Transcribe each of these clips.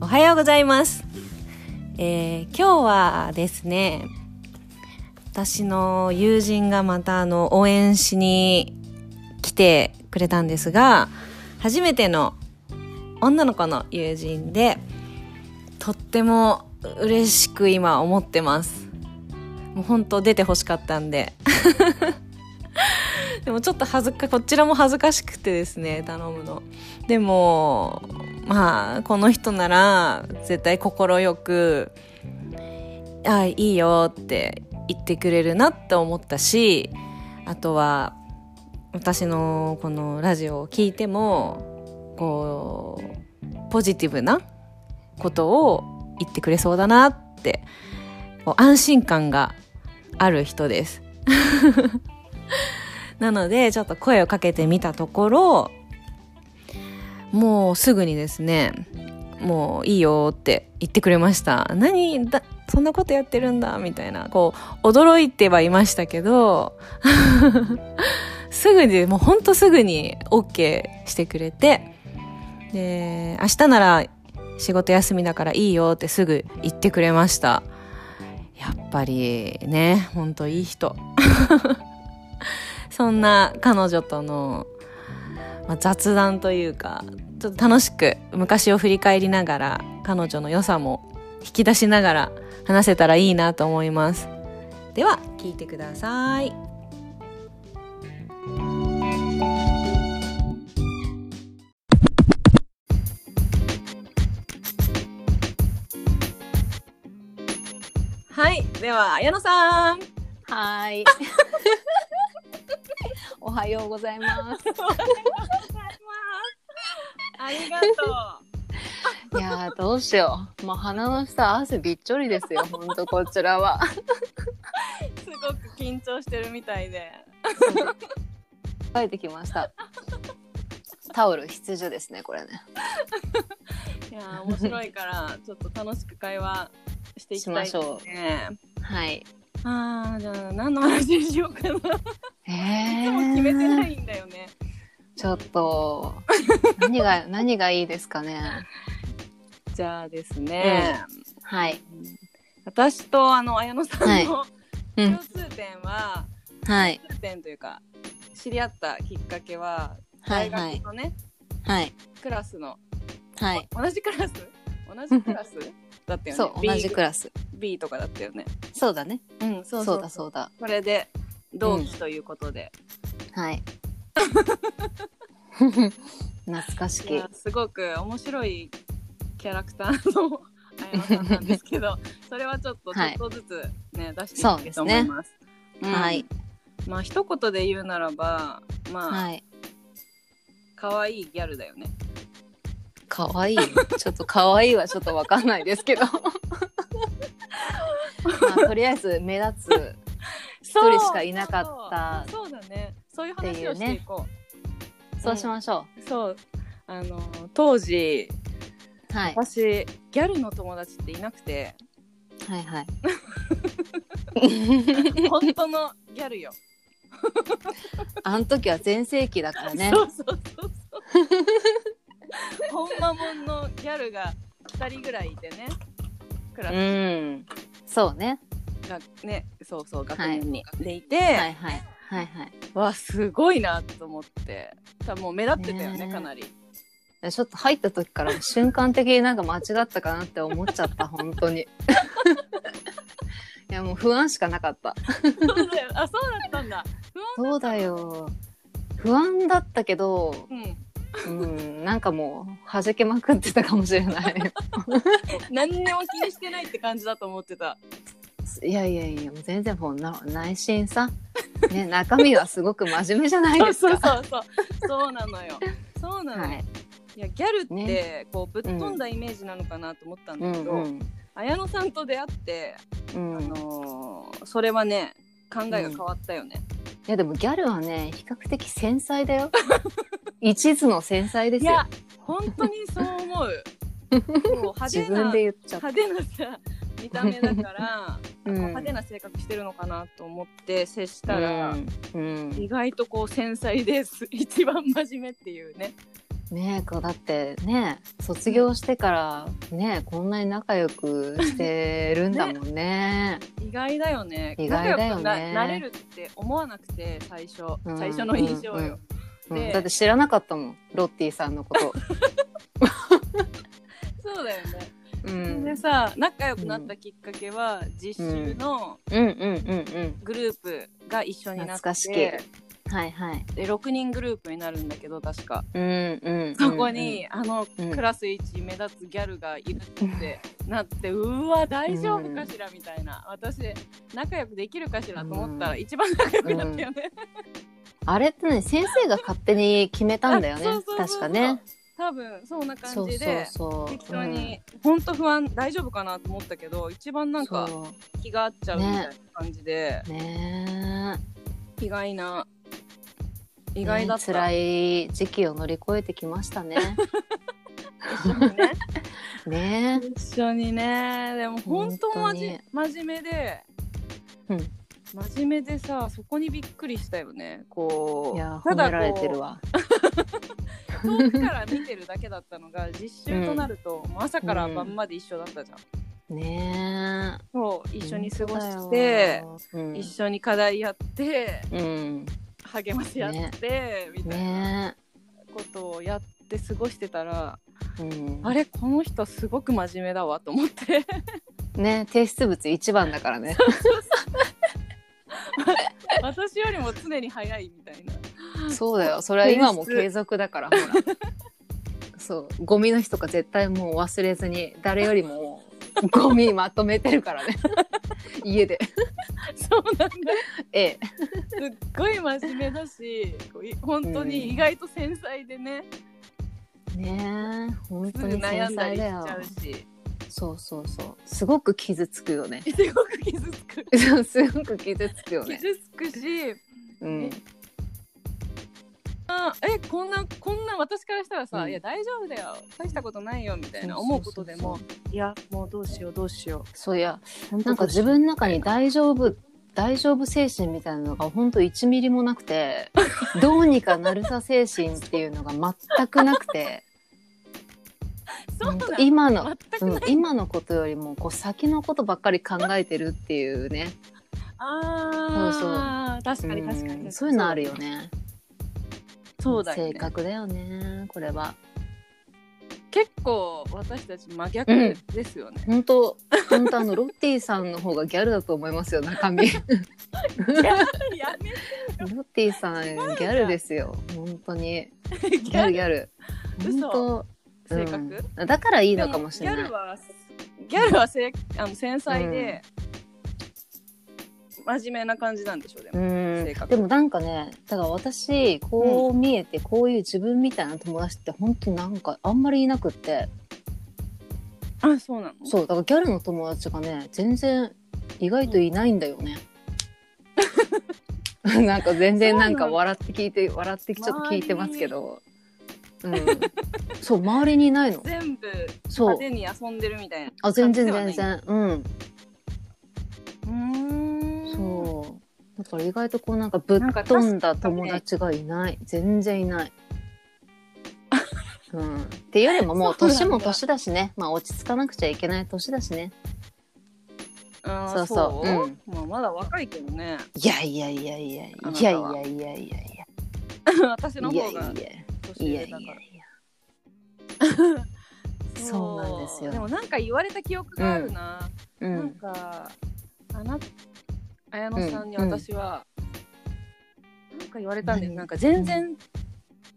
はようございます。えー、今日はですね、私の友人がまたあの応援しに来てくれたんですが、初めての女の子の友人で、とっても嬉しく今思ってます。もう本当出て欲しかったんで。でもちょっと恥ずか、こちらも恥ずかしくてですね、頼むの。でも、まあ、この人なら絶対快く、あいいよって言ってくれるなって思ったし、あとは、私のこのラジオを聞いても、こう、ポジティブなことを言ってくれそうだなって、安心感がある人です。なので、ちょっと声をかけてみたところ、もうすぐにですね、もういいよって言ってくれました。何だ、そんなことやってるんだ、みたいな。こう、驚いてはいましたけど、 すぐに、もうほんとすぐに OK してくれて、で、明日なら仕事休みだからいいよってすぐ言ってくれました。やっぱりね、ほんといい人。そんな彼女との、まあ、雑談というか、ちょっと楽しく昔を振り返りながら、彼女の良さも引き出しながら話せたらいいなと思います。では、聞いてください。はい、では、矢野さん。はい。おはようございます。ありがとう。いやどうしよう。もう鼻の下汗びっちょりですよ。本当こちら は。すごく緊張してるみたいで。書いてきました。タオル必需ですね。これね。いや面白いからちょっと楽しく会話していきたいですね。はい。ああじゃあ何の話しようかな。ええー、いつも決めてないんだよね。ちょっと何が何がいいですかね。じゃあですね、うん、はい。私とあの綾乃さんの共通点は、はい、共通点というか知り合ったきっかけは、大学のね、はい、はい、クラスの、はい、同じクラス同じクラスだったよね。そう同じクラス。 B とかだったよね。そうだね。うん、そうそうだそうだ。これで同期ということで、うん、はい 懐かしきすごく面白いキャラクターのあやさんなんですけ どそれはちょっとちょっとずつね、はい、出していきたいと思います、ねうん、はいまあ一言で言うならばまあ、はい、可愛いギャルだよね可愛いちょっと可愛いはちょっとわかんないですけどまあとりあえず目立つ一人しかいなかったそうだねそういう話をしていこう、ね、そうしましょう、うん、そうあの当時、はい、私ギャルの友達っていなくてはいはい本当のギャルよあの時は全盛期だからねそうそうそうそうほんまもんのギャルが2人ぐらいいてねクラスうんそうねがねそうそう学年に、はい、でいて、はいはい、はいはいわすごいなと思って多分もう目立ってたよね、ね、かなりちょっと入った時から瞬間的になんか間違ったかなって思っちゃった本当にいやもう不安しかなかったそうだよあそうだったんだそうだよ不安だったけど、うんうん、なんかもう弾けまくってたかもしれない何にも気にしてないって感じだと思ってたいやいやいや全然もうな内心さ、ね、 中身はすごく真面目じゃないですそかうそうそうそうなのよそうなの、はい、いやギャルって、ね、こうぶっ飛んだイメージなのかなと思ったんだけど、うんうん、綾乃さんと出会って、うん、あのー、それはね考えが変わったよね、うんいやでもギャルはね比較的繊細だよ 一途の繊細ですよいや本当にそう 思うもう派手な派手なさ見た目だから、 うん、派手な性格してるのかなと思って接したら、うんうん、意外とこう繊細です一番真面目っていうねねえこうだってね卒業してからねこんなに仲良くしてるんだもんね意外だよね意外だよね仲良くななれるって思わなくて最初うん最初の印象よ、うんうんでだって知らなかったもんロッティさんのこと、 そうだよね、うん、でさ仲良くなったきっかけは、実習のうんうんうんグループが一緒うんになっ懐てかしきはいはいで6人グループになるんだけど確かうんうんうんうんそこに、あのうんクラス一目立つギャルがいるってなって、うわ大丈夫かしらみたいな私仲良くできるかしらと思ったら、うん一番仲良くなったよね、あれってね先生が勝手に決めたんだよねあ そうそうそうそう確かね多分そんなそ感うじそうでそう適当に、ほんと不安大丈夫かなと思ったけど一番うなんんかそ気が合っちゃうみたいな感じで、うねえ意外な意外だった、ね辛い時期を乗り越えてきまし たね一緒にねねえ一緒にねでも本当本当まにじ真面目で、うん真面目でさそこにびっくりしたよねこういやた褒だめこうられてるわ遠くから見てるだけだったの が実習となると、もう朝から晩まで一緒だったじゃん、ねえそう一緒に過ごして、うん一緒に課題やってうん励まし合って、みたいなねことをやって過ごしてたら、え、うん、あれこの人すごく真面目だわと思って ね提出物一番だからね私よりも常に早いみたいなそうだよそれは今も継続だからほら そうゴミの日とか絶対もう忘れずに誰よりもゴミまとめてるか らね家でそうなんだええすっごい真面目だしこうい本当に意外と繊細でね、ねえ本す当ぐに繊悩んだ細りしちだよゃうしそうそうそうすごく傷つく よねすごく傷つくすごく傷つくよね傷つくしうんあえこんなこんな私からしたらさ、うんいや大丈夫だよ大したことないよみたいな思うことでもそういやもうどうしようどうしよそういやうなんか自分の中に大丈夫大丈夫精神みたいなのが本当1ミリもな くてどうにかなるさ精神っていうのが全くなく てそうなんほんとだ今の、全くうない、ん、今のことよりもこう先のことばっかり考えてるっていうね、ああ確かにうん確かにそういうのあるよねそうだよ性ね格だよねこれは結構私たち真逆ですよね、本当本当あのロッティさんの方がギャルだと思いますよ中 身ロやめッティさんギャルですよ本当にてギギャャルルギャル本嘘当性格、うん、だからいいのかもしれでなギャいル。はギャルはせあの繊細で、真面目な感じなんでしょうでうも、ん性、格でもなんかねだから私こう見えてこういう自分みたいな友達って本当なんかあんまりいなくってあそうなのそうだからギャルの友達がね全然意外といないんだよね。 なんか全然なんか笑って聞いて笑ってちょっと聞いてますけど、うん、そう周りにいないの全部そ派う手に遊んでるみたいなあ全然感全じでは然うんないうーんそう。だから意外とこうなんかぶっ飛んだ友達がいない。全然いない。うん。っていうよりももう そうなんだ年も年だしね。まあ落ち着かなくちゃいけない年だしね。あーそうそううんまあ、まだ若いけどね いやいやいやいやいあなやたいはやいやいやいや。私のいや方いやがいや年いや上いだやかいやら。そうなんですよでもなんか言われた記憶があるな、うなんん。かあな綾乃さんにうん私は、なんか言われたんだよ何なんか全然、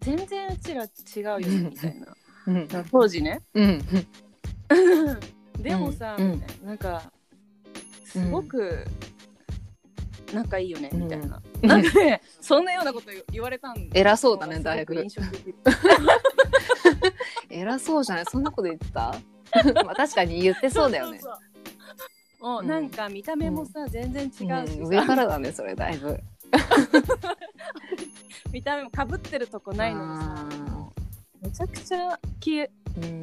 全然うちら違うよみたいなうん。当時ねうん。でもさ、うんみたいななんかすごく仲いいよね、うんみたいな、なんかねそんなようなこと言われたん偉そうだね、だすいごくぶ印。象的偉そうじゃないそんなこと言ってた まあ確かに言って そうだよね。そうそうそうもうなんか見た目もさ、全然違うしさ、うん上からだね、それだいぶ。見た目もかぶってるとこないのにさめちゃくちゃ気合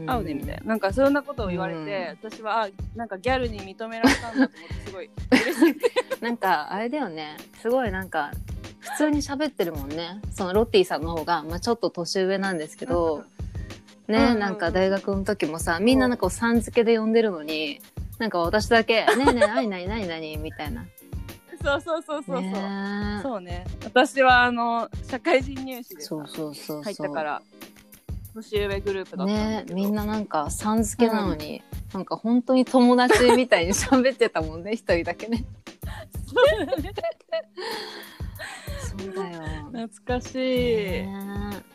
合うねみたいな、なんかそんなことを言われて、私はあなんかギャルに認められたんだと思ってすごい嬉しいなんかあれだよねすごいなんか普通に喋ってるもんねそのロッティさんの方が、まあ、ちょっと年上なんですけど、ね、うんうんなんか大学の時もさみんななんかこうさん付けで呼んでるのになんか私だけ「ねえねえ何何何何」みたいな。 そうそうそうそうそう、ねえそうね私はあの社会人入試でさそうそうそうそう入ったから年上グループだったんだねけどえみんななんかさん付けなのに、なんか本当に友達みたいに喋ってたもんね 一人だけねそうだねそうだ よ、懐かしい、ねえ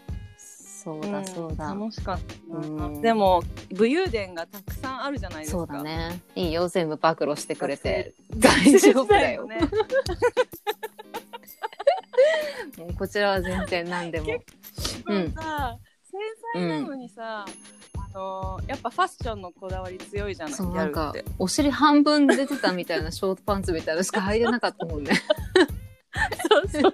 そうだそうだ、楽しかったな、うんでも武勇伝がたくさんあるじゃないですかそうだねいいよ全部暴露してく れて学大生丈夫だよ、学生時代のねもうこちらは全然何でも結うんもうさ繊細なのにさ、あのやっぱファッションのこだわり強いじゃないそうギャなルっんかてお尻半分出てたみたいなショートパンツみたいなのしか履いてなかったも んねそうそうそう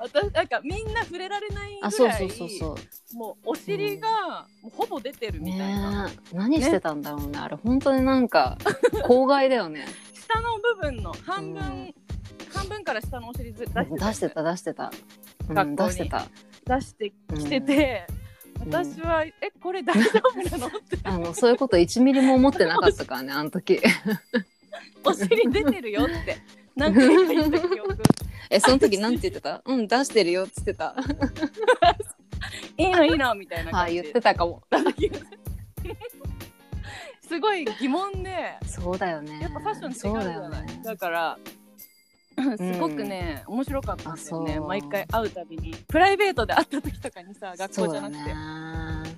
私なんかみんな触れられないあぐそうらそいうそうそもうお尻がもうほぼ出てるうみたいな、ねえ何してたんだろうねあれ本当になんか公害だよね下の部分の半分、うん半分から下のお尻ず出してたよね出してた出してた、う学ん、校に出してた出してきてて、うん私は、えこれ大丈夫なのってあのそういうこと1ミリも思ってなかったか らねあの時お尻出てるよって何回か言った記 憶えその時なんて言ってたうん出してるよっつってたいいのいいのみたいなあ感じ言ってたかもすごい疑問でそうだよねやっぱファッショそン違ううじだゃよないだ,、ねからすごくね、面白かったんだよあねそう毎回会うたびにプライベートで会った時とかにさ学校じゃなくて、そうだね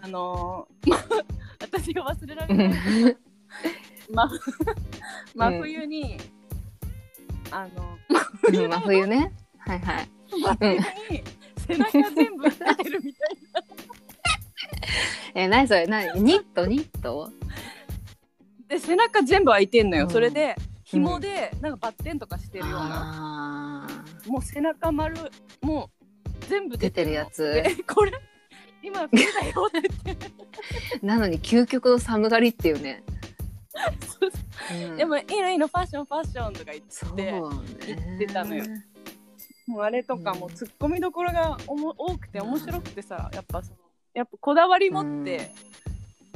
あのー 私が忘れらうれないん 真真冬に、あのうん真冬ねはいはい真冬に背中全部出てるみたいえ何それ何ニットニットな で背中全部開いてんのよ、うんそれで紐でなんかバッテンとかしてるような、あーもう背中丸もう全部出て出てるるのやつ でこれ今冬だよって言ってなのに究極の寒がりっていうね、 そうそううんでもいいのいいのファッションファッションとか言そうってね言ってたのよもうあれとかもうんツッコミどころがおも多くて面白くてさやっぱそのやっぱこだわり持って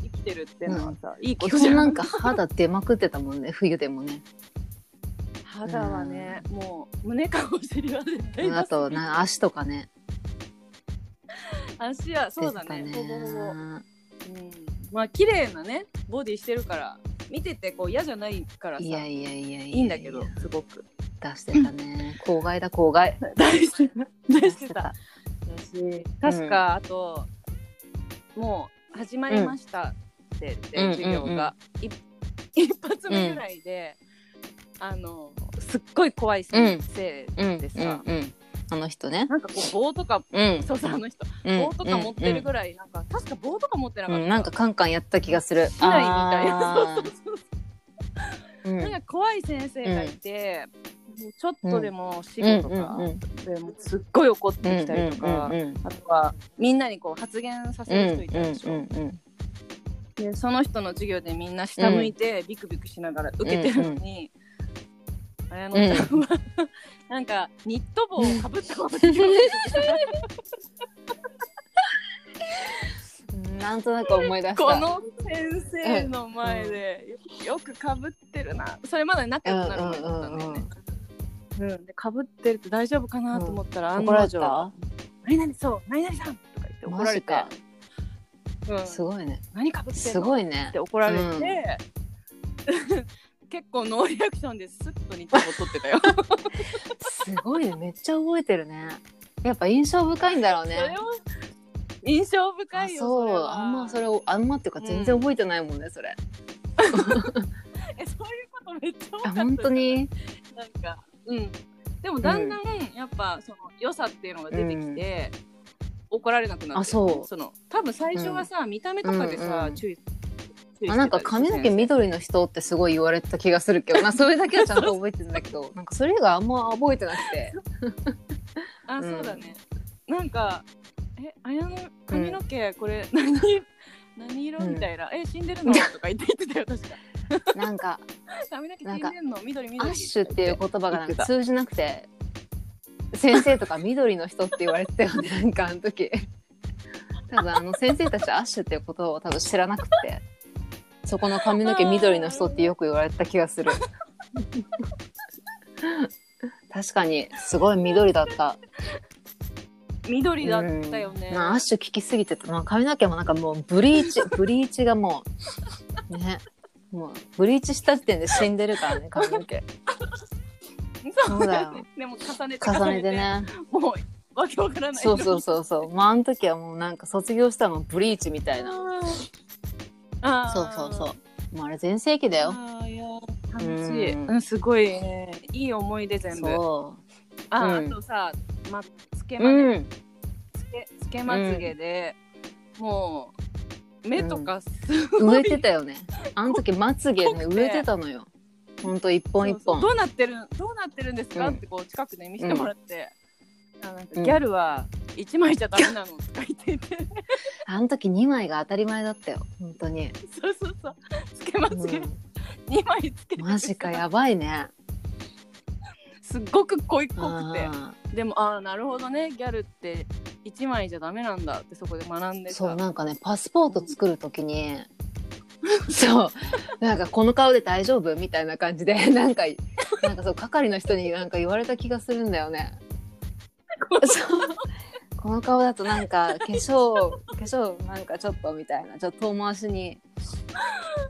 生きてるってのはさ、いいこ基とじゃ本ん なんか肌出まくってたもんね冬でもね肌はね、もう胸かお尻は絶対出すあとな足とかね足はそうだね出てほたぼほぼ、うねん、まあ綺麗なねボディしてるから見ててこう嫌じゃないからさいやいやいやいやいいんだけどすごく出して たね公害だ公害大 好き出大好しきてだたし確か、あともう始まりましたって言って、うん授業が、い一発目ぐらいで、あのすっごい怖い先生、うんうんでさうんあの人ねなんかこう棒とかうんそうそうあの人うん棒とか持ってるらぐらい、なんか確か棒とか持ってなかった、なんかカンカンやった気がするないみたいなあーそう うんなんか怖い先生がいて、ちょっとでも死後とか、うんうんうんでもすっごい怒ってきたりとか、うんうんうんあとはみんなにこう発言させる人いたでしょ、うんうんうんうんでその人の授業でみんな下向いてビクビクしながら受けてるのに、綾乃ちゃんは、 なんかニット帽をかぶった まま授業になんとなく思い出した。この先生の前でよくかぶってるなそれまで仲良くなる前だったんだよね、うんでかぶってるって大丈夫かなと思ったら、案怒のられ定た何々そう何々さんとか言って怒られてマ、うんジか。すごいね。何かぶってんすのっごいねて。怒られ て、結構ノーリアクションですっとニットを取ってたよすごいね。めっちゃ覚えてるね。やっぱ印象深いんだろうそれね。も印象あ深いよそれそう。はあんまそれをあんまっていうか全然覚えてないもんねそれ。えそういうことめっちゃ多かあったよ本当に。なんかうんでもだんだんやっぱその良さっていうのが出てきて、怒られなくなってあそうその多分最初はさ、見た目とかでさ、うんうん注意注意してたりあなんか髪のし毛て緑の人ってすごい言われた気がするけどなそれだけはちゃんと覚えてるんだけどなんかそれがあんま覚えてなくて。あうんそうだね、なんかえ綾の髪の毛これ何、何色うんみたいな、え死んでるのとか言って言ってたよ確かなんか髪の毛死んでんの緑緑アッシュっていう言葉がな言んってかた通じなくて 先生とか緑の人って言われてたよねなんかあの時多分あの先生たちアッシュっていうことを多分知らなくてそこの髪の毛緑の人ってよく言われた気がする確かにすごい緑だった緑だったよねうん、まあ、アッシュ聞きすぎてて、まあ、髪の毛もなんかもう ブリーチブリーチがもうねもうブリーチした時点で死んでるからね髪の毛そうだよ でも重ねて重ねてねもうわけわからないそうそうそうそうまああの時はもうなんか卒業したらもうブリーチみたいな あーそうそうそうもうあれ全盛期だよあーいやー楽しい、うんうん、すごいねいい思い出全部そあ,、うんあとさ、ま、つけうまつ、うんけつけまつげで、もう目とかすご植 い、えてたよねあの時まつげね濃くて植えてたのよほんと一本一そうそうど本うなってるどうなってるんですか、うんってこう近くで見せてもらって、あなんかうんギャルは一枚じゃダメなのとか言っていてあの時2枚が当たり前だったよ本当に、そうそうそうつけまうつげん、二、枚つけてマジかやばいねすっごく濃い濃くてあでもああなるほどねギャルって一枚じゃダメなんだってそこで学んでーたそうなんかねパスポート作る時に そうなんかこの顔で大丈夫みたいな感じで なんかなんかそう係の人になんか言われた気がするんだよねそうこの顔だとなんか化粧化粧なんかちょっとみたいなちょっと遠回しに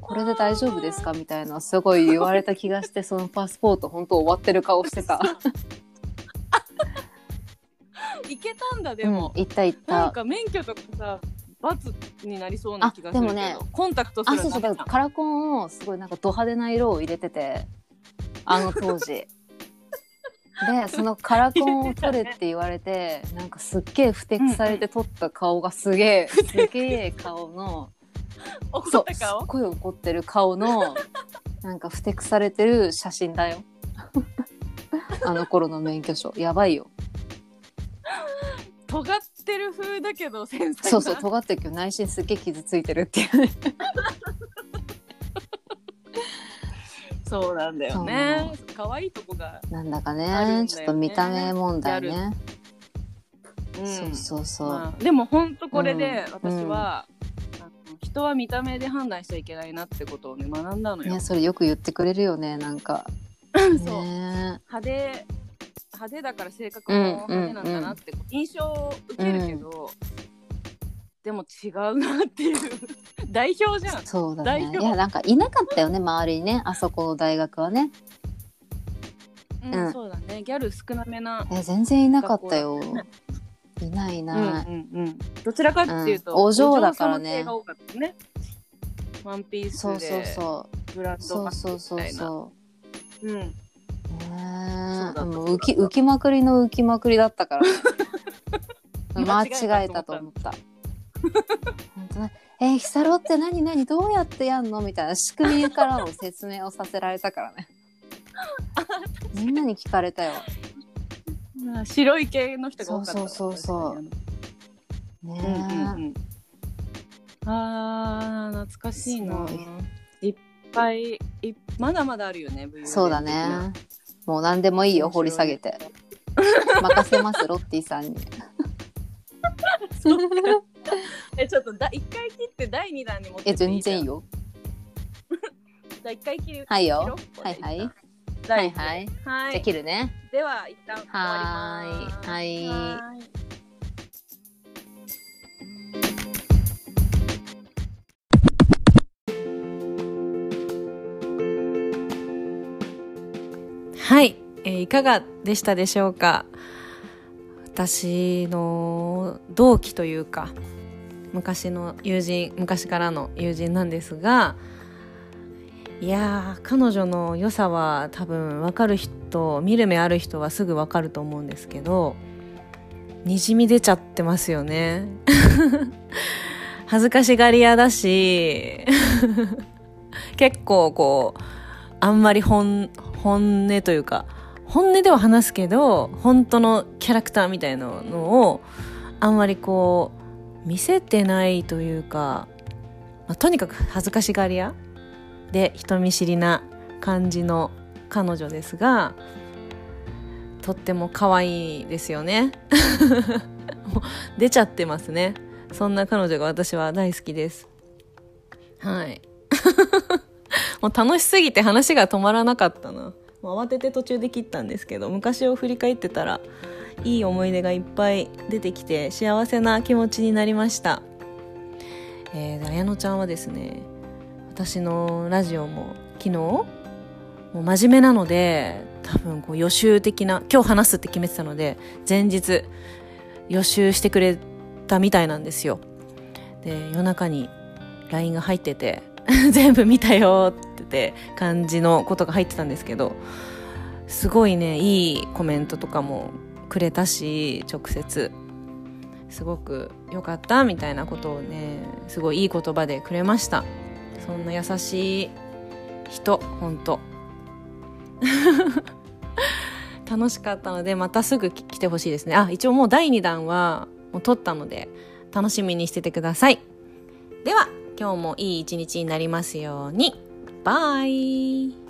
これで大丈夫ですかみたいなすごい言われた気がしてそのパスポート本当終わってる顔してたいけたんだでも、うん行った行ったなんか免許とかさ罰になりそうな気がするけどあでもねコンタクトすあ、るそうそう、だからカラコンをすごいなんかド派手な色を入れてて、あの 当時。で、そのカラコンを取れって言われて、なんかすっげえ不適されて取った顔がすげえ、すげえ顔の、 怒そっう、たす顔っごい怒ってる顔の、なんか不適されてる写真 だよ。あの頃の免許証。やばいよ。尖ってる風だけど繊細なそうそう、尖ってるけど内心すっげえ傷ついて るっていうね。そうなんだよね可愛いとこが、なんだかあるんだよね、ねちょっと見た目問題ギね。うんそうそうそう。まあでも本当これでうん私は、あの人は見た目で判断しちゃいけないなってことをね学んだのよ、ね、それよく言ってくれるよねなんか。そうね派手派手だから性格も派手なんだなって印象を受けるけど、でも違うなっていう 代表じゃんそうだ代ね。表いやなんかいなかったよね周りにねあそこの大学はね。うん、うんそうだねギャル少なめな、いや全然いなかったよ。いないいうんうんない。うん、どちらかっていうと、うんお嬢だからねお嬢様系が多かったねワンピーそうスそうでそブランう。ドそバうッグそうみそうたいなそううんう。そうねだもう浮き浮きまくりの浮きまくりだったから、ね。 間間違違ええたたとと思思った。本当ねえー、ヒサロって何何どうやってやんのみたいな仕組みからの説明をさせられた からね。みんなに聞かれたよ。まあ白い系の人が多かったそうそうそうそうね確かにあのうんうんうんあー懐かしいなすごいいっぱいいまだまだあるよねえそうだね。もう何でもいいよ、掘り下げて。任せます、ロッティさん に。えちょっとだ一回切って第二弾に持ってえ、って全 然いいよよ。一回切るはい切ろよ。うはいはい。ははいいは。はいいじはゃあい切るね。では一旦終わりますはーいはいーいはい、えーいかがでしたでしょうか私の同期というか昔の友人昔からの友人なんですがいやー彼女の良さは多分分かる人見る目ある人はすぐ分かると思うんですけどにじみ出ちゃってますよね 恥ずかしがり屋だし 結構こうあんまり本本音というか本音では話すけど本当のキャラクターみたいなのをあんまりこう見せてないというか、まあ、とにかく恥ずかしがり屋で人見知りな感じの彼女ですが とっても可愛いですよねもう出ちゃってますねそんな彼女が私は大好きですはい もう楽しすぎて話が止まらなかったなもう慌てて途中で切ったんですけど昔を振り返ってたらいい思い出がいっぱい出てきて幸せな気持ちになりましたえー、綾乃ちゃんはですね私のラジオも昨日もう真面目なので多分こう予習的な今日話すって決めてたので前日予習してくれたみたいなんですよで夜中に LINE が入ってて 全部見たよってて感じのことが入ってたんですけどすごいねいいコメントとかもくれたし直接すごく良かったみたいなことをねすごいいい言葉でくれましたそんな優しい人ほんと 楽しかったのでまたすぐ来来てほしいですねあ一応もう第2弾はもう撮ったので楽しみにしててくださいでは今日もいい一日になりますようにバイ